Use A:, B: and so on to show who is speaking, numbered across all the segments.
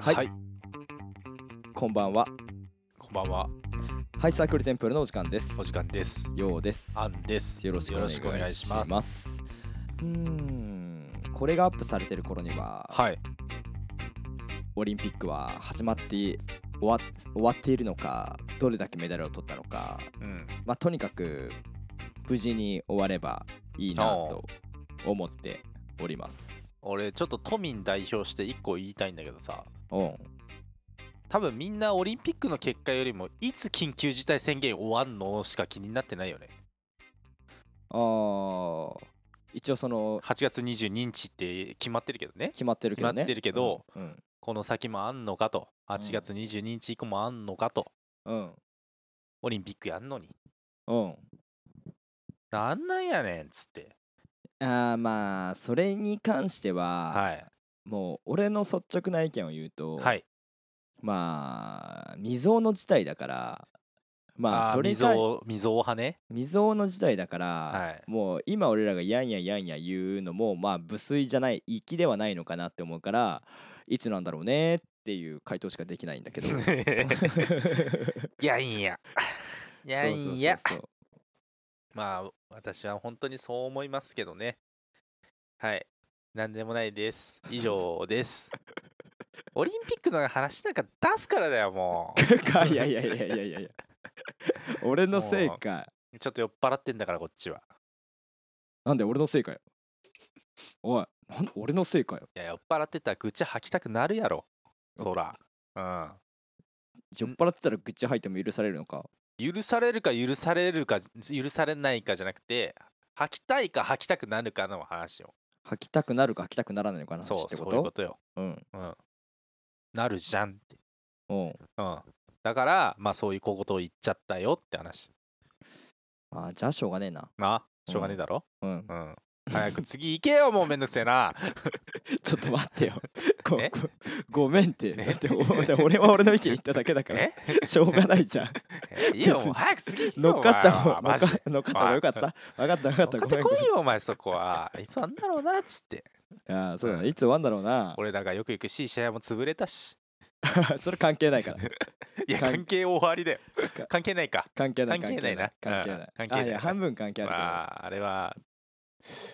A: はい、
B: はい
A: こんばんは
B: こんばんは。
A: ハイサークルテンプルのお時間です
B: お時間です。
A: ようです
B: アンです。
A: よろしくお願いします
B: よろしくお願いします
A: うーんこれがアップされてる頃には、
B: はい。
A: オリンピックは始まって終わ終わっているのかどれだけメダルを取ったのか、
B: うん。
A: まあ、とにかく無事に終わればいいなと思っております。
B: 俺、ちょっと都民代表して一個言いたいんだけどさ、
A: おん
B: 多分みんなオリンピックの結果よりも、いつ緊急事態宣言終わんのしか気になってないよね。
A: あー一応その
B: 8月22日って決まってるけどね。
A: 決まってるけどね。
B: 決まってるけど
A: うん、うん
B: この先もあんのかと。
A: ん
B: 8月22日以降もあんのかと。
A: うん
B: オリンピックやんのに。
A: うん
B: なんなんやねんっつって。
A: あーまあそれに関しては、
B: はい。
A: もう俺の率直な意見を言うと、
B: はい。
A: まあ未曾有の事態だからまあ
B: あー
A: それに
B: 未
A: 対
B: 曾有未曾有派ね。
A: 未曾有の事態だから、
B: はい
A: もう今俺らがやんややんや言うのもまあ無粋じゃない粋ではないのかなって思うからいつなんだろうねっていう回答しかできないんだけ ど
B: やいんや。やいんや。
A: そうそうそうそう
B: まあ私は本当にそう思いますけどねはい何でもないです以上です オリンピックの話なんか出すからだよも
A: かいやいやいやいやいやいや俺のせいか
B: うちょっと酔っ払ってんだからこっちは
A: なんで俺のせいかよおいなん俺のせいかよ
B: いや酔っ払ってたら愚痴吐きたくなるやろそらう
A: 酔っ払ってたら愚痴吐いても許されるのか
B: ん許されるか許されるか許されないかじゃなくて吐きたいか吐きたくなるかの話を
A: 吐きたくなるか吐きたくならないのかな
B: そ
A: っ
B: う
A: て
B: そ
A: こ
B: ういうこととよ
A: うん
B: うんなるじゃんって
A: うん
B: うんだからまあそういうことを言っちゃったよって話
A: あーじゃあしょうがねえな
B: なしょうがねえだろ、
A: うん
B: うん。早く次行けよ、もうめんどくせ えな。
A: ちょっと待ってよ。ご
B: え
A: ごごめんって。
B: え
A: だっておだって俺は俺の意見言っただけだから、しょうがないじゃん。
B: え いいよ、もう早く次行けよ。
A: 乗っかった
B: お前
A: 方
B: は
A: 乗
B: マ
A: っ
B: ジ
A: か
B: で。
A: 乗っかった方がよかった。わかったわか
B: 乗
A: っ。
B: ったか
A: ご
B: って
A: めん。
B: こ
A: ごめん
B: いよ、お前そこは。いつあんだろうな、っつって。
A: ああ、そうだね。いつ終わんだろうな。
B: 俺らがよく行く C 試合も潰れたし。
A: それ関係ないから。
B: いや、
A: 関
B: 関係終わりだよ
A: か。
B: 関係ないか。
A: 関係ない
B: 関係ないな
A: 関係ない。
B: うん関係ない
A: あいや、半分関係あるけど、
B: まあ、あれは、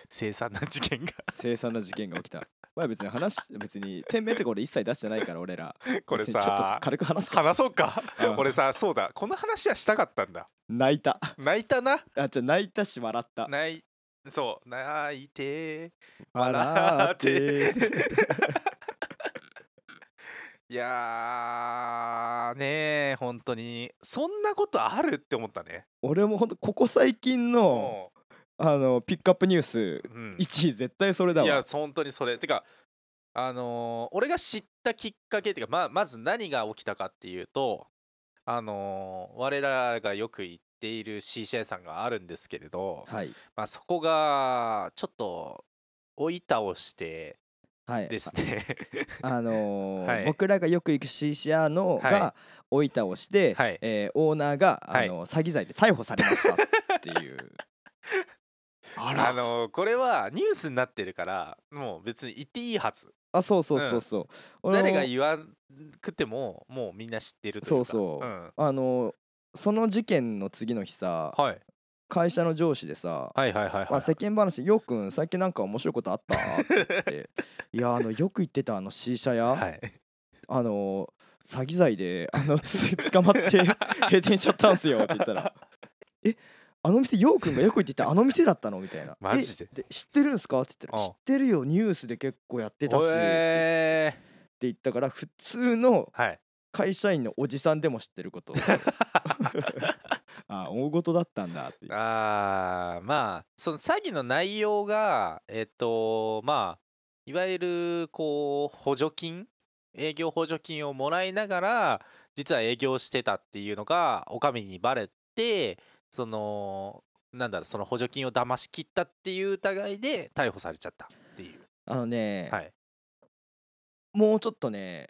B: 凄惨な事 件が。
A: 凄惨な事件が起きた。まあ別に話、別に、店名とか俺一切出してないから、俺ら。
B: これ
A: 別にちょっと
B: さ、
A: 軽く話すか。
B: 話そうか
A: うん。
B: 俺さ、そうだ、この話はしたかったんだ。
A: 泣いた。
B: 泣いたな。
A: あ、ちょ、泣いたし笑った。
B: 泣い、そう、泣いて
A: 笑って。
B: いやーねえ本当にそんなことあるって思ったね。
A: 俺も本当ここ最近の、あのピックアップニュース
B: うんうん
A: 1位絶対それだ
B: いや
A: わ
B: 本当にそれてかあのー俺が知ったきっかけっていうかまあまず何が起きたかっていうとあのー我らがよく行っている CCI さんがあるんですけれど、
A: はい
B: まあ、そこがちょっと追い倒して
A: はい
B: ですね
A: ああのー
B: はい
A: 僕らがよく行く CCR の
B: はい
A: が追い倒して、
B: はい
A: えーオーナーが、
B: はい
A: あの詐欺罪で逮捕されましたって いうあ
B: あのーこれはニュースになってるからもう別に言っていいはず
A: あそうそうそうそう、俺も
B: 誰が言わんくてももうみんな知ってるというか
A: そうそうんあのーその事件の次の日さ
B: はい、
A: 会社の上司でさ、
B: はいはいはいはい
A: まあ、世間話「ようくん最近なんか面白いことあった?」って言ってい やあのよく言ってたあの C 社や、
B: はい
A: あの詐欺罪であの つ捕ま って閉店しちゃったんすよって言ったら「えあの店ようくんがよく言ってたあの店だったの?」みたいな「
B: マジで
A: え知ってるんすか?」って言ったら「
B: う
A: 知
B: ん
A: ってるよニュースで結構やってたし」って
B: え
A: 言ったから普通の
B: ーはい
A: 会社員のおじさんでも知ってること あ大事だったんだっていう
B: あーまあその詐欺の内容がえっとまあいわゆるこう補助金営業補助金をもらいながら実は営業してたっていうのがお上にバレてそのなんだろうその補助金を騙し切ったっていう疑いで逮捕されちゃったっていう
A: あのね、
B: はい
A: もうちょっとね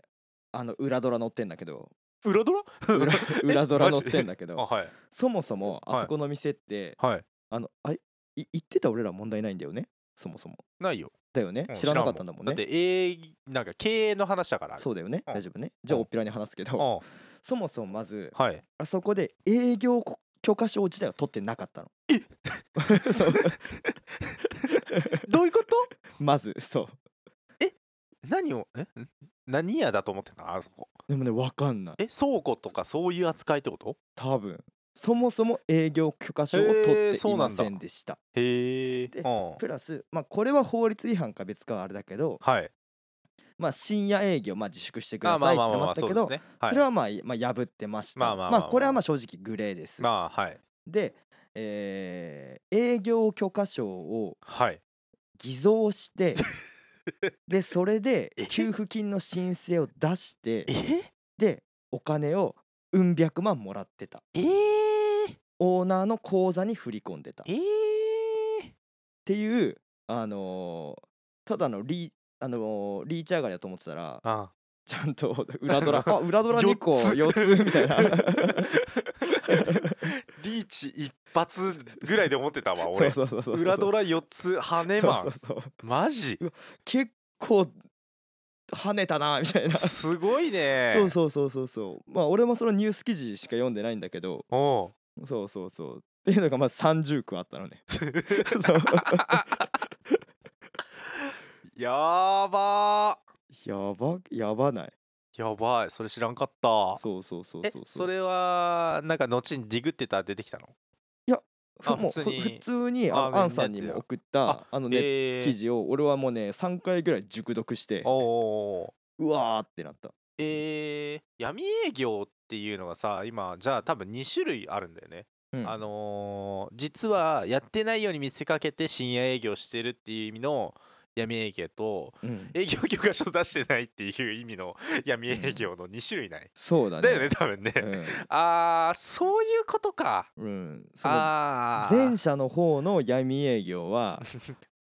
A: あの裏ドラ載ってんだけど
B: 裏ドラ
A: 裏裏ドラ
B: マ
A: 載
B: ジ
A: ってんだけ
B: あ
A: ど
B: はい
A: そもそも
B: はい
A: あそこの店って、
B: はい
A: あのあれい言ってた俺ら問題ないんだよねそもそも
B: ないよ
A: だよね
B: うん
A: 知らなかったんだもんね
B: だって営なんか経営の話だからあれ
A: そうだよね
B: うん
A: 大丈夫ねじゃあおっぴらに話すけ
B: う
A: ど
B: ん
A: そもそもまず
B: はい
A: あそこで営業許可証自体は取ってなかったのえ そう
B: どういうこと
A: まずそう
B: 何をえん何屋だと思ってたのあそこ
A: でもね分かんない
B: え倉庫とかそういう扱いってこと
A: 多分そもそも営業許可証を取
B: へ
A: っ
B: ー
A: て
B: そ
A: いう
B: な
A: ま
B: んだ
A: せんでした
B: へえ
A: で
B: うん
A: プラスまあこれは法律違反か別かはあれだけど
B: はい
A: まあ深夜営業まあ自粛してくだ
B: あま
A: さい
B: あ
A: って
B: まあま
A: の
B: あ
A: も
B: ま
A: あ
B: あ
A: った
B: そう
A: け
B: で
A: ど
B: すね
A: それはまあまあ破ってました
B: まあまあまあ
A: まあこれはまあ正直グレーです
B: まあはい
A: でえー営業許可証を
B: はい
A: 偽造して でそれで
B: え
A: 給付金の申請を出して
B: え
A: でお金をうん百万もらってた
B: えー
A: オーナーの口座に振り込んでたっ
B: えー
A: ていうあのーただのリあのーリーチ上がりだと思ってたら
B: あ
A: ちゃんと裏ドラあ裏ドラ
B: 四
A: 2個
B: つ
A: 4つみたいな
B: リーチ一発ぐらいで思ってたわ
A: そう
B: 俺
A: そうそうそう
B: 裏ド
A: ラ
B: ラ4つ跳ねま
A: そうそうそう
B: マジ
A: 結構跳ねたなみたいな
B: すごいね
A: そうそうそうそうそうまあ俺もそのニュース記事しか読んでないんだけど
B: おう
A: そうそうそうっていうのがまあ30区あったのね そう
B: やば
A: やばやばない
B: ーやばいそれ知らんかった
A: そうそうそう
B: え
A: そう
B: それはなんか後にディグってたら出てきたの
A: ふ
B: あ
A: もう
B: 普
A: ふ
B: 通に
A: 普通に
B: あ
A: あのアンさんに
B: ネット
A: も
B: で
A: 送ったあのね
B: えー
A: 記事を俺はもうね3回ぐらい熟読して
B: おうおうおう
A: うわーってなった
B: えー闇営業っていうのがさ今じゃあ多分2種類あるんだよね、
A: うん
B: あのー実はやってないように見せかけて深夜営業してるっていう意味の闇営業と
A: うん
B: 営業許可書出してないっていう意味の 闇営業の2種類ない、
A: そうだね
B: だよね多分ね、あーそういうことか
A: うん うんその
B: あー
A: 前者の方の闇営業は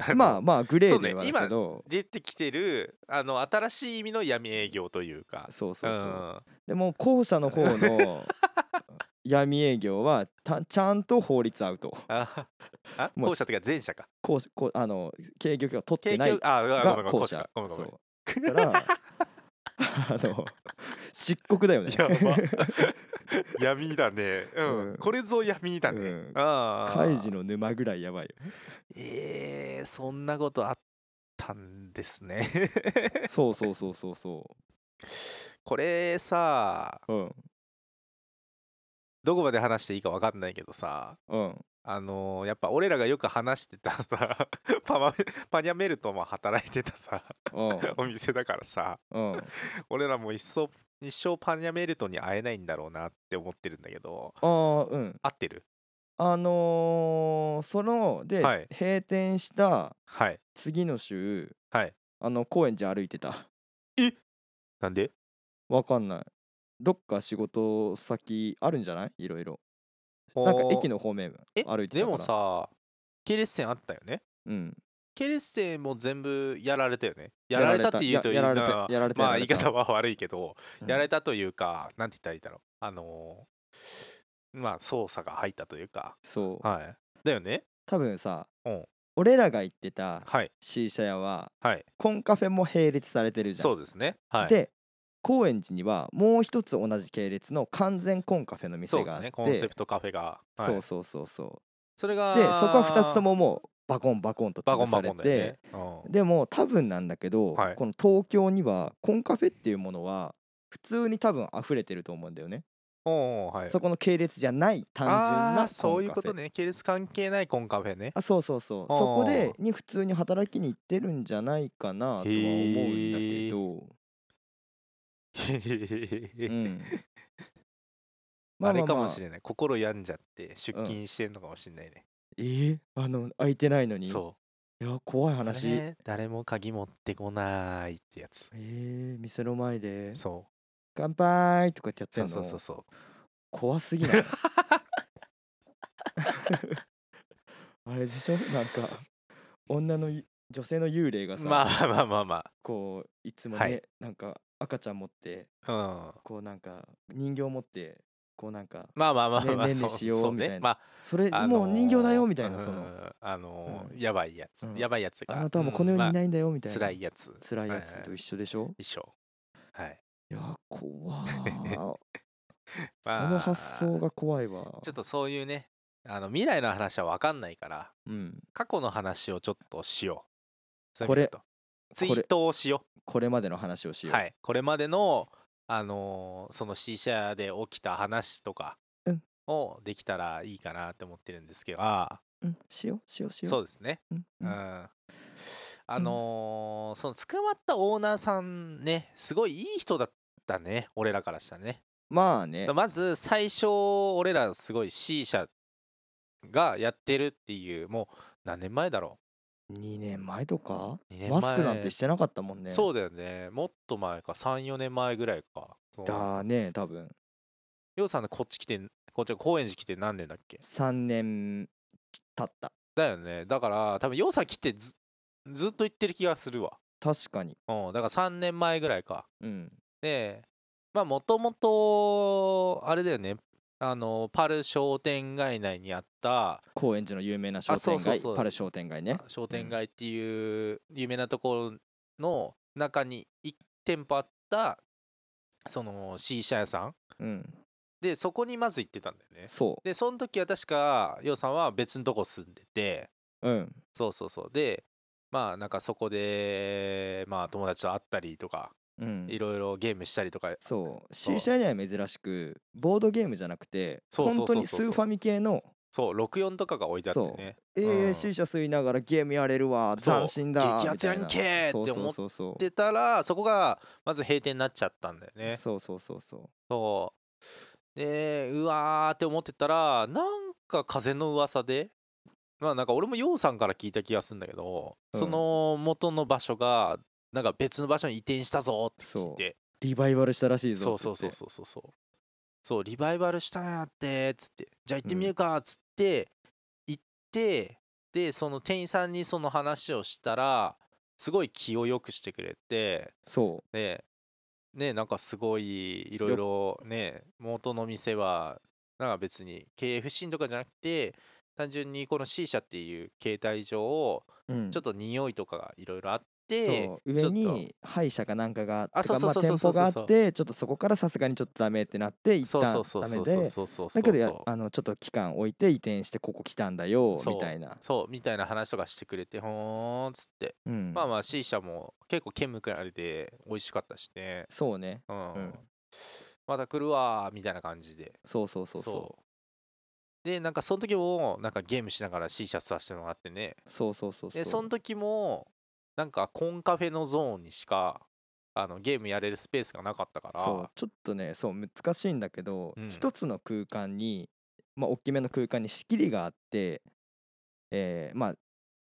B: の
A: まあまあグレ
B: そう
A: ー
B: ね
A: ではあるけど
B: 出てきてるあの新しい意味の闇営業というか
A: そうそうそううんでも後者の方 の闇営業はたちゃんと法律アウト
B: ああ
A: もう
B: 後者というか前者か
A: 後者こうあの経営業が取って
B: 提
A: ない
B: 供ああ
A: が後者
B: かごめんごめん
A: そうだから あの漆黒だよね
B: やば 闇だねうん、
A: うん
B: これぞ闇だね、
A: うん
B: ああ
A: カイジの沼ぐらいやばいよ
B: えー、そんなことあったんですね
A: そうそうそうそうそ
B: これさ
A: ううん
B: どこまで話していいかわかんないけどさ
A: うん
B: あのーやっぱ俺らがよく話してたさ パマパニャメルトも働いてたさ
A: うん
B: お店だからさ
A: うん
B: 俺らも一層一生パニャメルトに会えないんだろうなって思ってるんだけど
A: あーうん
B: 合ってる
A: あのーそので、
B: はい
A: 閉店した
B: はい
A: 次の週、
B: はい
A: あの高円寺歩いてた
B: なんで
A: わかんないどっか仕事先あるんじゃないいろいろなんか駅
B: の
A: の方面歩いて
B: え
A: たから
B: でもさ系列店あったよね
A: うん
B: 系列店も全部やられたよねやられたって言うと
A: ややられ
B: なんか
A: たやられた
B: まあ
A: や
B: 言い
A: られた
B: 方は悪いけど、
A: うん
B: やられたというかなんて言ったらいいだろうあのーまあ操作が入ったというか
A: そう
B: はいだよね
A: 多分さ
B: うん
A: 俺らが行ってた
B: はい
A: シーシャ屋は
B: はい
A: コンカフェも並列されてるじゃん
B: そうですねはい
A: で高円寺にはもう一つ同じ系列の完全コンカフェの店
B: そうで
A: があ
B: す
A: っ
B: ね
A: て
B: コンセプトカフェが、はい
A: そうそうそうそう
B: それが
A: でそこは2つとももうバコンバコンと
B: バコ
A: 潰
B: ン
A: さ
B: バ
A: れ
B: コン
A: て、
B: だよね、うん
A: でも多分なんだけど、
B: はい
A: この東京にはコンカフェっていうものは普通に多分溢れてると思うんだよね、
B: おうおうはい
A: そこの系列じゃない単純なコン
B: あ
A: カフ
B: あ
A: ェ
B: そういうことね系列関係ないコンカフェね
A: あそうそうそう
B: あー
A: そこでに普通に働きに行ってるんじゃないかなとは思うんだけど、うん、
B: あれかもしれない心病んじゃって出勤してるのかもしれないね、
A: えーあの空いてないのにい
B: そう
A: や怖い話
B: あれ誰も鍵持ってこないってやつ、
A: えー、店の前で
B: そ
A: 「乾杯!」とかってやっ
B: う
A: て
B: そ
A: ん
B: う
A: の
B: そうそうそ
A: 怖すぎない あれでしょなんか女のゆ女性の幽霊が
B: う
A: さ、
B: まあまあまあま
A: こういつもね、
B: はい
A: なんか赤ちゃん持って
B: あ
A: こうなんか人形持ってこうなんか
B: まあまあまあまあ、
A: ねねん
B: そ
A: ね
B: う
A: しよう
B: そう
A: みたいな
B: ね、まあ
A: それ
B: あ
A: も
B: の
A: う
B: ー
A: 人形だよみたいな
B: うん
A: その
B: あのー
A: う
B: やばいやつ、
A: うん
B: やばいやつが
A: あなたはもうこの世にい
B: い
A: ないんだよみたいな
B: 辛いやつ
A: 辛いやつと
B: うん
A: 一緒でしょ
B: 一緒はい
A: いや 怖ーそ
B: まあ
A: の発想が怖いわ
B: ちょっとそういうねあの未来の話は分かんないから
A: うん
B: 過去の話をちょっとしよう
A: これ
B: そういう意味だとツイ
A: これ
B: ートをしよ
A: これまでの話をし
B: う
A: よう
B: はいこれまでのあのーその C 社で起きた話とか
A: うん
B: をできたらいいかなって思ってるんですけどあ
A: うんしようしようし
B: あ
A: よ
B: そううですね
A: うんう
B: うんんあのーその捕まったオーナーさんねすごいいい人だったね俺らからしたらね
A: まあね
B: まず最初俺らすごい C 社がやってるっていうもう何年前だろ
A: 2年前とか
B: う2年
A: マ
B: 前
A: スクなんてしてなかったもんね
B: そううだよねもっと前か34年前ぐらいかそう
A: だね多分
B: ようさんのこっち来てこっち高円寺来て何年だっけ
A: 3年経った
B: だよねだから多分ようさん来てずずっと行ってる気がするわ
A: 確かに
B: うんだから3年前ぐらいか
A: うん
B: でまあもともとあれだよねあのパル商店街内にあった
A: 高円寺の有名な商
B: あそ
A: 店
B: うそう
A: 街
B: そう
A: パル商店街ね
B: 商店街っていう有名なところの中に1店舗あったその C 社屋さん
A: うん
B: でそこにまず行ってたんだよね
A: そ
B: でその時は確かようさんは別のとこ住んでて
A: ううん
B: そうそうそうでまあなんかそこでまあ友達と会ったりとか
A: うん
B: いろいろゲームしたりとか
A: そう
B: そう
A: C 社には珍しくボードゲームじゃなくて
B: そうそ
A: 本
B: う
A: 当
B: そうそう
A: にスーファミ系の
B: そう64とかが置いてあってね
A: え
B: う
A: ー
B: ん
A: C 社吸いながらゲームやれるわ
B: そう
A: 斬新だ
B: 激ア
A: み
B: ツ
A: た
B: や
A: い
B: ん
A: な
B: けー
A: そう
B: って思っ
A: そうそう
B: ってたらそこがまず閉店になっちゃったんだよね
A: そうそうそうそう
B: そうでうわーって思ってたらなんか風の噂でまあなんか俺もようさんから聞いた気がするんだけど、
A: うん
B: その元の場所がなんか別の場所に移転したぞって聞いて
A: リバイバルしたらしいぞ
B: そうそうそうそうそうそうそうリバイバルしたんやってっつってじゃあ行ってみるかっつって、行ってでその店員さんにその話をしたらすごい気を良くしてくれて
A: そう
B: でねなんかすごいいろいろね元の店はなんか別に経営不振とかじゃなくて単純にこの C 社っていう携帯上を
A: うん
B: ちょっと匂いとかがいろいろあっ
A: そ
B: て
A: う上
B: ちょっと
A: に歯医者かなんかがあ
B: あ
A: ってか
B: そ
A: ま
B: う
A: あ
B: そうそう
A: 店舗
B: そうそう
A: があってちょっとそこからさすがにちょっとダメってなって一
B: そうそ
A: 旦
B: うそう
A: ダ
B: そ
A: メ
B: うそう
A: で
B: そうそうそ
A: だ
B: う
A: けどや
B: そう
A: あのちょっと期間置いて移転してここ来たんだよ
B: そう
A: みたいな
B: そうみたいな話とかしてくれてほーんっつって、
A: うん
B: まあまあ C 社も結構剣向かいあれで美味しかったしね
A: そうね
B: うん、
A: うん
B: また来るわーみたいな感じで
A: そうそうそうそう
B: でなんかその時もなんかゲームしながら C シャツさせてもらってね
A: うそうそうそうそう
B: でその時もなんかコンカフェのゾーンにしかあのゲームやれるスペースがなかったから
A: そうちょっとねそう難しいんだけど
B: うん
A: 一つの空間にまあ大きめの空間に仕切りがあってえーまあ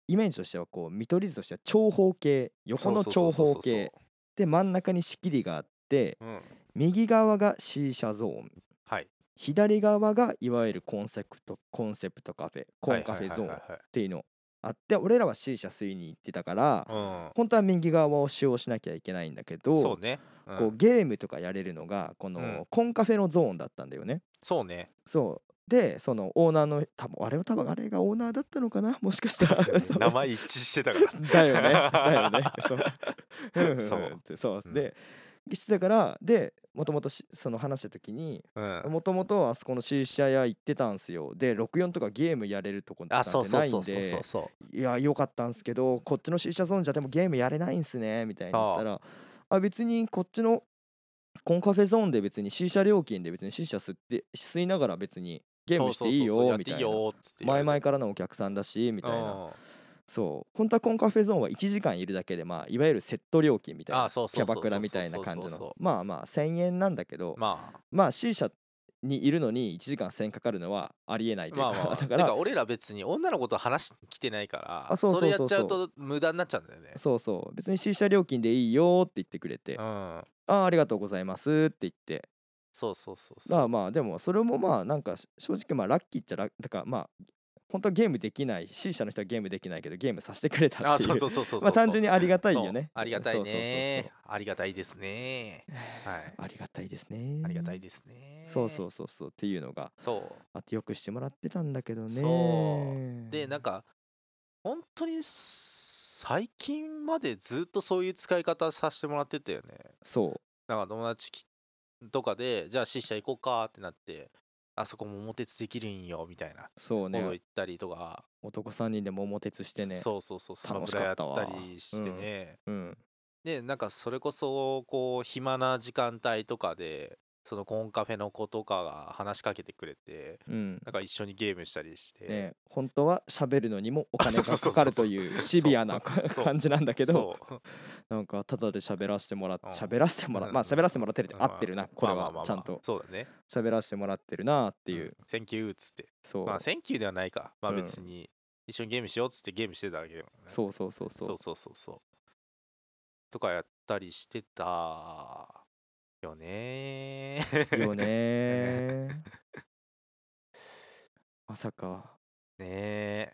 A: イメージとしてはこう見取り図としては長方形横の長方形で真ん中に仕切りがあって
B: そうそうそうそううん
A: 右側が C 社ゾーン
B: はい
A: 左側がいわゆるコンセプトコンセプトカフェコンカフェゾーン
B: はい
A: っ
B: はいはい
A: ていうのあって俺らは C 社吸いに行ってたから
B: はい
A: 本当は右側を使用しなきゃいけないんだけ
B: うんそう
A: ど
B: ね、うん
A: こうゲームとかやれるのがこ
B: う
A: の
B: ん
A: コンカフェのゾーンだったんだよね。
B: そうね
A: そうでそのオーナーの多分あれは多分あれがオーナーだったのかなも しかしたら そう
B: 名前一致してたから
A: だよねだよ ねそううんうんうん
B: そう
A: ってそう
B: うん
A: でしてたからでもともとその話した時に
B: うん
A: もともとあそこの C 社屋行ってたんすよで64とかゲームやれるとこな
B: あ
A: ん
B: そう
A: て
B: そ
A: な
B: う
A: い
B: そ
A: ん
B: うそうそ
A: で
B: うそ
A: いや良かったんすけどこっちの C 社ゾーンじゃでもゲームやれないんすねみたいに言ったらあ別にこっちのコンカフェゾーンで別に C 社料金で別に C 社吸って吸いながら別にゲームしていい
B: そうそうそうそ
A: よ
B: う
A: みたい
B: やっていい
A: な
B: よっつって
A: 前々
B: み
A: からのお客さんだしみたいなそう本当はコンカフェゾーンは1時間いるだけでまあいわゆるセット料金みたい
B: あ
A: な
B: そう
A: キ
B: そう
A: ャ
B: そ
A: バ
B: うそう
A: クラみたいな
B: そうそう
A: 感
B: そう
A: じ
B: そう
A: のまあまあ1,000円なんだけど
B: まあ
A: まあ C 社にいるのに1時間1000かかるのはありえないという
B: ま
A: か、
B: あま
A: だ
B: あ
A: か
B: だからら俺ら別に女の子と話来てないから
A: あそうそうそうそう
B: れやっちゃうと無駄になっちゃうんだよね
A: そうそう別に C 社料金でいいよって言ってくれて「
B: うん
A: ああありがとうございます」って言って
B: そうそうそうそう
A: まあまあでもそれもまあなんかし正直まあラッキーっちゃラッだからまあ本当はゲームできない C 社の人はゲームできないけどゲームさせてくれた
B: あ
A: っていう
B: そうそうそうそうそう
A: まあ単純にありがたいよ
B: そう
A: ね
B: ありがた
A: そ
B: いね
A: うそうそう
B: ありがたいですねはい
A: そうありがたいですね
B: ありがたいですね
A: そうそうそうそうっていうのが
B: そう
A: あってよくしてもらってたんだけどね
B: そうでなんか本当に最近までずっとそういう使い方させてもらってたよね
A: そう
B: なんか友達きとかでじゃあ C 社行こうかってなってあそこ桃鉄できるんよみたいな
A: そう
B: こと
A: ね
B: 行ったりとか、
A: 男3人で桃鉄してね
B: そうそうそうスマ
A: 楽
B: ブ
A: し
B: ラ
A: か
B: や
A: っ
B: った
A: わ
B: たりしてね、
A: うん
B: でなんかそれこそこう暇な時間帯とかでそのコンカフェの子とかが話しかけてくれて
A: うん
B: なんか一緒にゲームしたりして、
A: ね、本当は喋るのにもお金
B: あそう
A: が
B: そうそうそう
A: かかるというシビアな
B: そ うそう
A: 感じなんだけど
B: そう
A: なんかただで喋らせてもらって
B: うん
A: 喋らせてもら
B: う
A: っ
B: ん
A: まあ喋らせてもらってるって
B: う ん
A: 合ってるなこれはちゃんと
B: そうだねっ
A: 喋らせてもらってるなって
B: て
A: いう
B: センキューっつって
A: そう
B: まあセンキューではないかまあ
A: うん
B: 別に一緒にゲームしようっつってゲームしてただけだからね
A: そうそうそうそ
B: そううそうそうそうとかやったりしてたよねー
A: よねーまさか
B: ねえ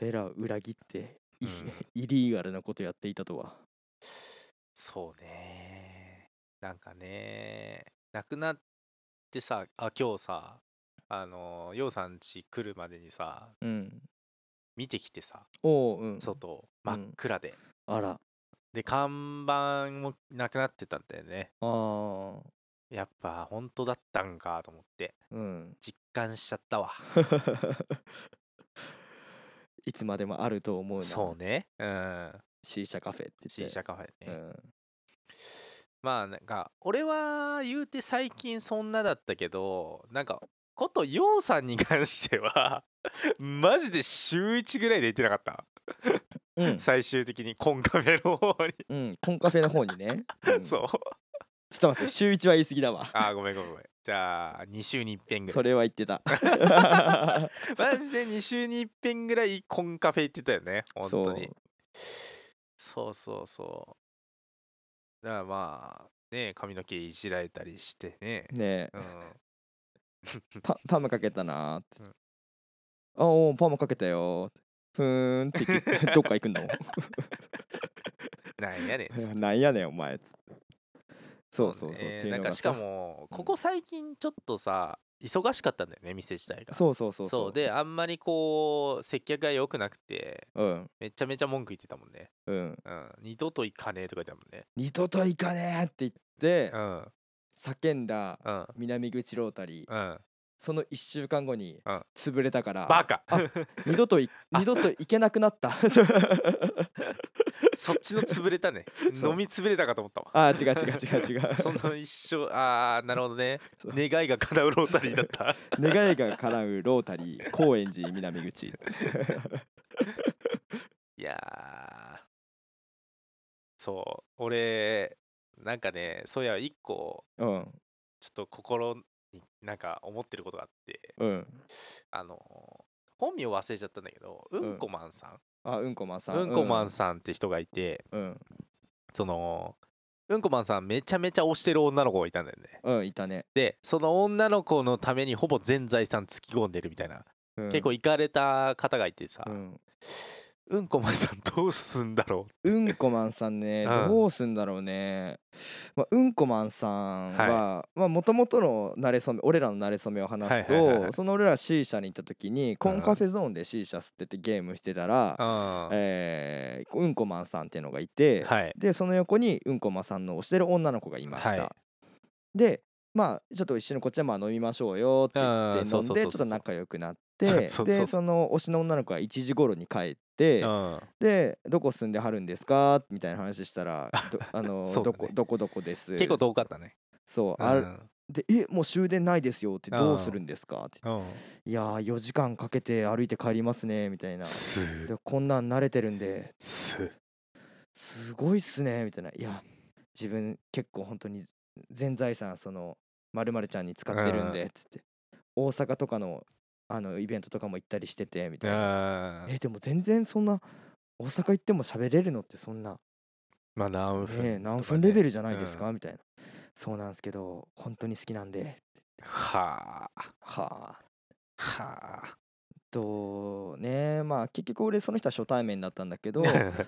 A: 俺らを裏切ってい
B: うん
A: イリーガルなことやっていたとは
B: そうねなんかね亡くなってさあ今日さあのようさん家来るまでにさ
A: うん
B: 見てきてさ
A: おううん
B: 外
A: うん
B: 真っ暗で、
A: あら
B: で看板もなくなってたんだよね
A: あー
B: やっぱ本当だったんかと思って
A: うん
B: 実感しちゃったわ
A: いつまでもあると思うな
B: そうねうん
A: C 社カフェって言って
B: 新車カフェね、
A: うん
B: まあなんか俺は言うて最近そんなだったけどなんかことようさんに 関してはマジで週1ぐらいで行ってなかった、
A: うん、
B: 最終的にコンカフェの方に、
A: うん、コンカフェの方にね、うん
B: そう
A: ちょっと待って週1は言い過ぎだわ
B: あーごめんごめんごめんじゃあ2週に1遍ぐら
A: そ
B: い
A: れは言ってた
B: マジで2週に1遍ぐらいコンカフェ行ってたよね 本当にそうそうそうだからまあね髪の毛いじられたりしてね
A: ねえ
B: うん
A: パパーマかけたなーって、あおうパーマかけたよーってふーんって言 ってどっか行くんだも
B: なんやねんつって
A: んなんやねんお前っつってそうそうそう
B: ね
A: っていう
B: な
A: の
B: ん
A: が
B: か
A: さ
B: しかも
A: うん
B: ここ最近ちょっとさ忙しかったんだよね店自体が
A: そうそうそう
B: そうであんまりこう接客が良くなくて
A: うん
B: めちゃめちゃ文句言ってたもんね、
A: うん
B: うん、二度と行かねえとか言ってた
A: 二度と行かねえって言って
B: もんね
A: 叫んだ
B: うんうん
A: 南口ロータリー
B: うん
A: その1週間後に
B: うん
A: 潰れたから
B: バカ
A: 二度とい
B: あ
A: 二度と行けなくなった
B: そっちの潰れたね
A: そう
B: 飲み潰れたかと思ったわ
A: あー違う違う違う違う
B: その一生ああなるほどね
A: そう
B: 願いが叶うロータリーだった
A: 願いが叶うロータリー高円寺南口
B: いやーそう俺なんかねそういや一個
A: うん
B: ちょっと心になんか思ってることがあって
A: うん
B: あのー本名忘れちゃったんだけどうんんこマンさん、
A: あうんこまんさん
B: うんこマンさんって人がいて、
A: うん
B: そのうんこマンさんめちゃめちゃ推してる女の子がいたんだよね
A: うんいたね
B: でその女の子のためにほぼ全財産突き込んでるみたいな、
A: うん
B: 結構いかれた方がいてさ、
A: うん
B: うんこマンさんどうすんだろ
A: うんこまんさんね
B: うん
A: どうすんだろうねまあうんこまんさんはまあ元々の馴れ初め俺らの馴れ初めを話す
B: はいはいはいはい
A: とその俺ら C 社に行った時にコンカフェゾーンで C 社吸っててゲームしてた
B: う、う
A: ら
B: ん
A: えーうんこまんさんっていうのがいて
B: はい
A: でその横にうんこまさんの推してる女の子がいました、
B: は
A: でまあちょっと一緒にこっちはまあ飲みましょうよって
B: あ
A: 言っ
B: ー
A: て
B: そ
A: 飲
B: うんそうそう
A: でち
B: そ
A: ょ
B: う
A: っと仲良くなっ
B: そう
A: て
B: そうそう
A: でその推しの女の子は1時頃に帰って、
B: うん
A: で「どこ住んではるんですか?」みたいな話したら「 どあの
B: そうだ
A: どこ
B: ね
A: どこどこです」
B: 結構遠かったね
A: そうある、
B: うん
A: で「えもう終電ないですよ」って「
B: うん
A: どうするんですか?」って
B: うん
A: 「いやー4時間かけて歩いて帰りますね」みたいな「
B: す
A: でこんなん慣れてるんですすごいっすねみたいないや自分結構本当に全財産そのまるまるちゃんに使ってるんで
B: う
A: っつって大阪とかのあのイベントとかも行ったりしててみ
B: う
A: たいなんえでも全然そんな大阪行っても喋れるのってそんな
B: まあ何分、
A: ね何分レベ
B: ル
A: ルじゃないです
B: う
A: かみたいなそうなんですけど本当に好きなんで
B: はあ
A: はあ
B: はあ
A: とねまあ結局俺その人は初対面だったんだ けど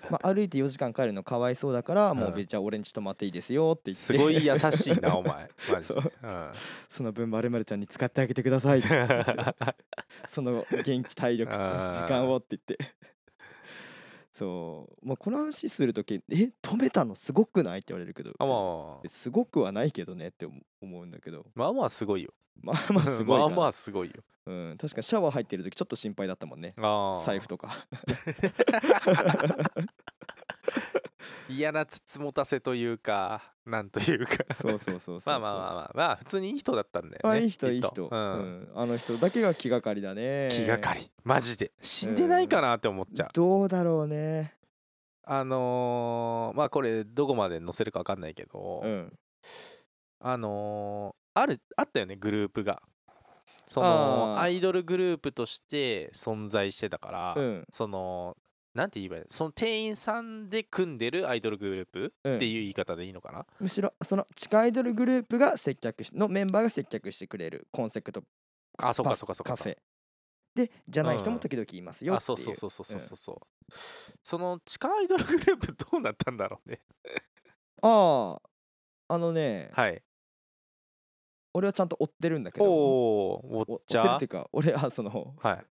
A: まあ歩いて4時間帰るのかわいそうだからもう
B: うん
A: べじゃあ俺んち泊まっていいですよって言って
B: すごい優しいなお前マジで、
A: そう
B: うん
A: その分まるちゃんに使ってあげてくだ さいって言ってその元気体力時
B: あー
A: 間をって言ってそう、まあ、この話する時「え止めたのすごくない?」って言われるけど
B: あまあ
A: えすごくはないけどねって思思うんだけど
B: まあまあすごいよ
A: まあまあすごい
B: ま
A: な、
B: あまあすごいよ
A: うん、確かにシャワー入ってる時ちょっと心配だったもんね
B: ああ
A: 財布とか
B: 嫌なつつもたせというかなんというか
A: そうそうそうそう そう
B: まあまあまあまあまあ普通にいい人だったんだよね
A: あいい人
B: き
A: いい
B: っと
A: 人、う
B: うん
A: んあの人だけが気がかりだね
B: 気がかりマジで死んでないかなって思っちゃう、
A: どうだろうね
B: あのーまあこれどこまで載せるか分かんないけど、
A: うん
B: あのーあるあったよねグループがそ
A: あ
B: の
A: ー
B: アイドルグループとして存在してたから、
A: うん
B: そのなんて言えばいいのその店員さんで組んでるアイドルグループ
A: うん
B: っていう言い方でいいのかな、
A: むしろその地下アイドルグループが接客しのメンバーが接客してくれるコンセプト
B: あそう
A: パ
B: か
A: フ
B: そうかそうか
A: カフェでじゃない人も時々いますよ
B: あ
A: ってい
B: そううそうそうそうそうそうそう、その地下アイドルグループどうなったんだろうね
A: あああのね、
B: はい
A: 俺はちゃんと追ってるんだけ
B: お
A: ど
B: お
A: お
B: おっ
A: 追っ
B: ち
A: て
B: ゃ
A: るっていうか俺はその
B: はい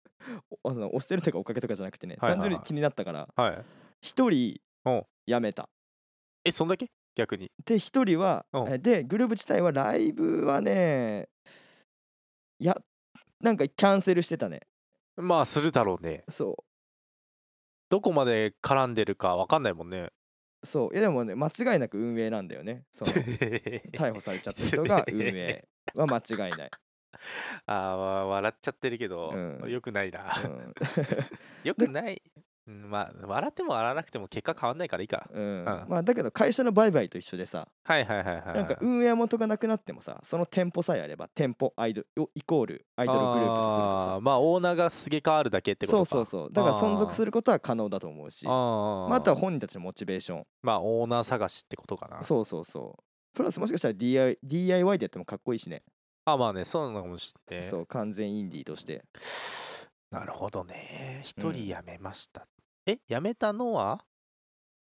A: おあの押してるとか追っかけとかじゃなくてね、
B: はいはいはい
A: 単純に気になったから
B: はい
A: 一人
B: おう
A: 辞めた
B: えそんだけ逆に
A: で一人は
B: おう
A: えでグループ自体はライブはねいやなんかキャンセルしてたね
B: まあするだろうね
A: そ
B: どこまで絡んでるかわかんないもんね
A: うそういやでもね間違いなく運営なんだよねその 逮捕されちゃった人が運営は間違いない、
B: あーわ笑っちゃってるけど、
A: うん
B: よくないな
A: うん
B: よくないうんまあ笑っても笑わなくても結果変わんないからいいか
A: うん
B: ああ
A: まあだけど会社の売買と一緒でさ
B: はいはいはいはいはい
A: なんか運営元がなくなってもさその店舗さえあれば店舗アイドルをイコールアイドルグループとすると
B: あ
A: さ
B: ーまあオーナーがすげ替わるだけってこと
A: そ
B: か
A: うそうそうだから存続す
B: る
A: ることは可能だと思うし
B: あーあー
A: まあ、あとは本人たちのモチベーション
B: まあオーナー探しってことかな
A: そうそうそうプラスもしかしたら DIY, DIY でやってもかっこいいしね、
B: あまあねそうなのかもしれない
A: そう完全インディーとして
B: なるほどね一
A: うん
B: 人辞めました、え辞めたのは、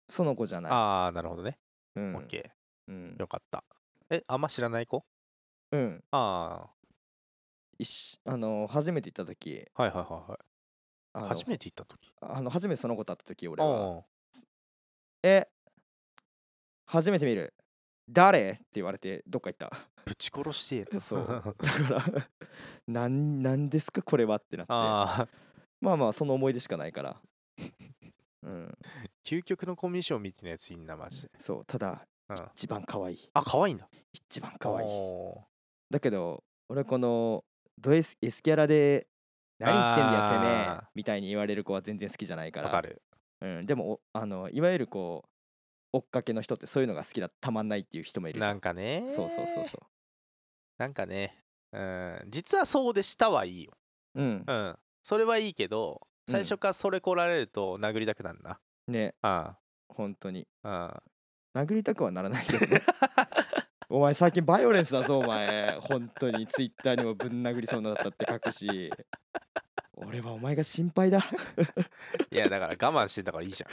A: その子じゃない
B: ああなるほどね、
A: うん
B: オッケ
A: うん
B: ーよかったえあんま知らない子
A: うん
B: あ
A: 一緒あの初めて行った時
B: あはいはいはいはい
A: あの
B: 初めて行った時
A: あの初めてその子と会った時俺は
B: あ
A: 「え初めて見る誰?」って言われてどっか行った
B: ぶち殺してえな
A: そうだから なんなんですかこれはってなって
B: ああ
A: まあまあその思い出しかないからうん
B: 究極のコミュ障みたいなやついんなマジで、
A: そうただ
B: うん、
A: 一番可愛い
B: あ可愛いんだ
A: 一番可愛い
B: おー
A: だけど俺このド S, S キャラで何言ってんだよてめえ
B: あー
A: みたいに言われる子は全然好きじゃないから
B: わかる
A: うん、でもおあのいわゆるこう追っかけの人ってそういうのが好きだたまんないっていう人もいるじゃ
B: なんんかね
A: そうそうそうそ
B: なんかねうん実はそうでしたはいいよ
A: ううん
B: うんそれはいいけど
A: うん
B: 最初からそれ来られると殴りたくなるな、
A: ね
B: あ
A: 本当に
B: あああ
A: 殴りたくはならないけどね お前最近バイオレンスだぞお前本当にツイッターにもぶん殴りそうになったって書くし俺はお前が心配だ
B: いやだから我慢してんだからいいじゃ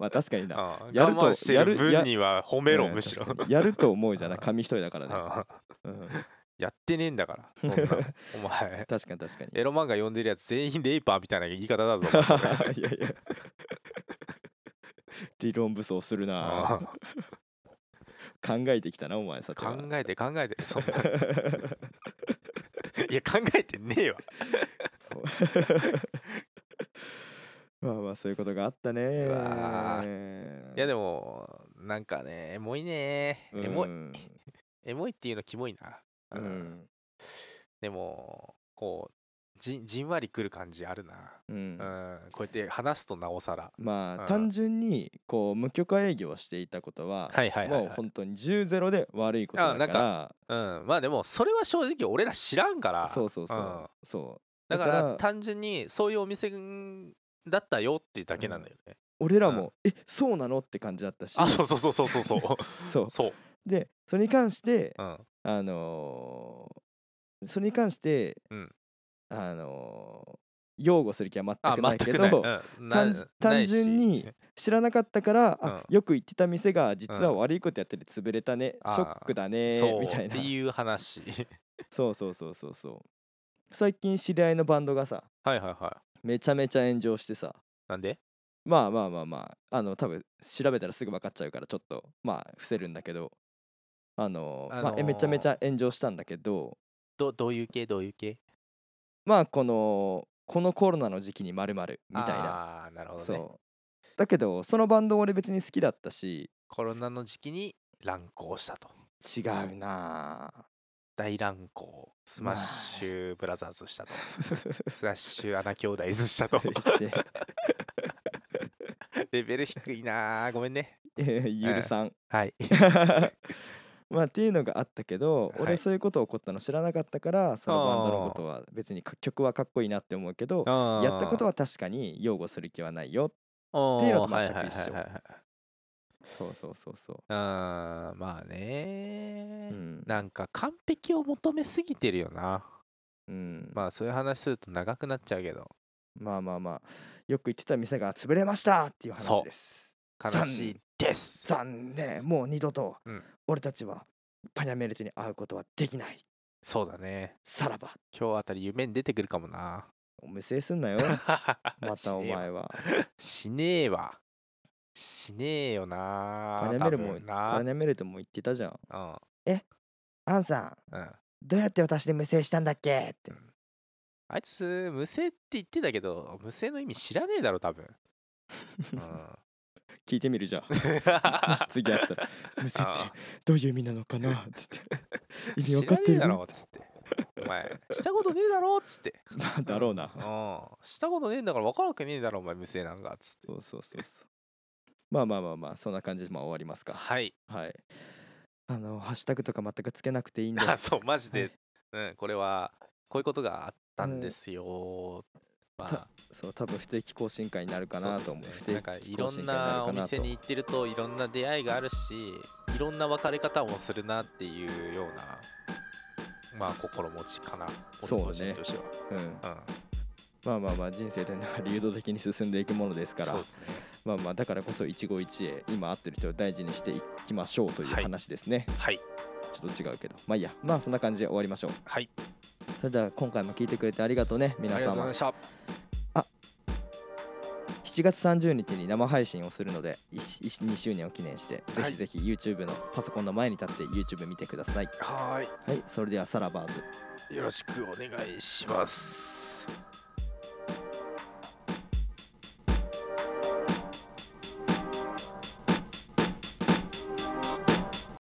A: まあ確かに
B: ん。
A: な
B: 我
A: やると
B: 慢して
A: や
B: る
A: るや
B: 分には褒めろ
A: うん
B: むしろ。
A: 確かにやると思うじゃない紙一重だからね、
B: うん
A: うん、
B: やってねえん だから。そんなのお前
A: 確かに確かに
B: エロ漫画読んでるやつ全員レイパーみたいな言い方だぞお 前それ。
A: いやいや理論武装するな
B: うん
A: 考えてきたなお前さては
B: 考えて考えてそんないや考えてねえわ。
A: まあまあそういうことがあったね
B: うわい
A: で
B: やでもなんかねエモいねエモいエモいっていうのキモいな。
A: う
B: うん
A: ん
B: でもこうじんじんわりくる感じあるな。
A: うん
B: うんこうやって話すとなおさら。
A: ま
B: うん
A: あ単純にこう無許可営業をしていたことは
B: はいはいはいはい
A: もう本当に10ゼロで悪いことだ
B: あなん
A: か
B: うんまあでもそれは正直俺ら知らんから
A: らそうそうそ
B: ん
A: うそう
B: だか
A: だからら
B: 単純にそういうお店んだったよっていうだけなんだよね、
A: 俺らもえそうなのって感じだったし
B: あそうそうそうそうそうそう
A: そう
B: そう、
A: でそれに関して
B: うん、
A: あのーそれに関して、
B: うん
A: あの擁護する気は全
B: あ
A: くないけ
B: 全く
A: ど、
B: ない、うんな
A: 単
B: ないし
A: 単純に知らなかったから、あ
B: う
A: よく行ってた店が実は
B: うん
A: 悪いことやってて潰れたね、
B: あー
A: ショックだね
B: そう
A: みたい
B: っ
A: な
B: ていう話
A: そうそうそうそうそう最近知り合いのバンドがさ
B: はいはいはい
A: めちゃめちゃ炎上してさ
B: なんで
A: まあまあまあまああの多分調べたらすぐ分かっちゃうからちょっとまあ伏せるんだけどあの、まあ
B: あのー
A: えめちゃめちゃ炎上したんだけど
B: どどういう系どういう系
A: まあこのこのコロナの時期にまるみたいな、
B: ああーなるほどね
A: そうだけどそのバンド俺別に好きだったし
B: コロナの時期に乱行したと
A: 違うなあ
B: 大乱行スマッシュブラザーズしたと、スマッシュアナ兄弟ズしたと
A: して
B: レベル低いなーごめんね
A: えー
B: え
A: 許さん
B: はい
A: まあっていうのがあったけど、
B: はい
A: 俺そういうこと起こったの知らなかったからそのバンドのことは別にか曲はかっこいいなって思うけどや
B: や
A: ったこと
B: は
A: は確かに擁護する気はないよ
B: って
A: いうのと全く一緒そうそうそうそう
B: あーまあね、
A: うん
B: なんか完璧を求めすぎてるよな
A: うんま
B: まあそういう話すると長くなっちゃうけど
A: あまあまあよく行ってた店が潰れましたっていう
B: そ
A: 話
B: う
A: です
B: 悲しいです
A: 残念もう二度と
B: うん
A: 俺たちはパニャメルトに会うことはできない
B: そうだね
A: さらば
B: 今日あたり夢に出てくるかも な
A: お無制すんな よまたお前は
B: しねえわしねえよな
A: パニャメル
B: 多
A: も
B: 分
A: パ
B: な
A: ニャメルトも言ってたじゃん
B: うん
A: アンさん
B: うん
A: どうやって私で無制したんだっけって
B: あいつ無声って言ってたけど無声の意味知らねえだろ多 分、うん
A: 聞いてみるじゃん もし次会ったら「無制って
B: あ
A: どういう意味なのかな?」って 言って「意味分
B: 知
A: からっ
B: ね
A: て
B: え
A: る?」
B: だろっつってお前したことねえだろっつって
A: だろうな
B: うんしたことねえんだから分からなくねえだろお前無声なんかっつって
A: そうそうそうそう。まあまあまあまあそんな感じでまあ終わりますか。
B: はい
A: はい。あのハッシュタグとか全くつけなくていいんで。
B: あ そうマジ
A: は
B: で
A: い、
B: うん、これはこういうことがあったんですよ、まあ
A: たそう多分不定期更新会になるかなと思う。
B: そ
A: 不
B: ですね
A: 定
B: なんかい
A: 期
B: ろ
A: 更
B: ん
A: 新会にな
B: な
A: る
B: お
A: かなと
B: 店に行ってるといろんな出会いがあるしいろんな別れ方もするなっていうようなまあ心持ちかな
A: そうね
B: 俺個人としては
A: うん。
B: うん
A: まあまあまあ人生というのは流動的に進んでいくものですか
B: そう
A: ら
B: で。すね
A: まあまあだからこそ一期一会今会ってる人を大事にしていきましょうという
B: はい
A: 話ですね。
B: はい
A: ちょっと違うけど。まあいいや。まあそんな感じで終わりましょう。
B: はい
A: それでは今回も聞いてくれてありがとうね皆
B: ありがとうござい
A: 様
B: ま。した
A: 7月30日に生配信をするので2周年を記念してぜ
B: はい
A: ひぜひ YouTube のパソコンの前に立って YouTube 見てください
B: は
A: はいそれではさらばーず
B: ーいよろしくお願いします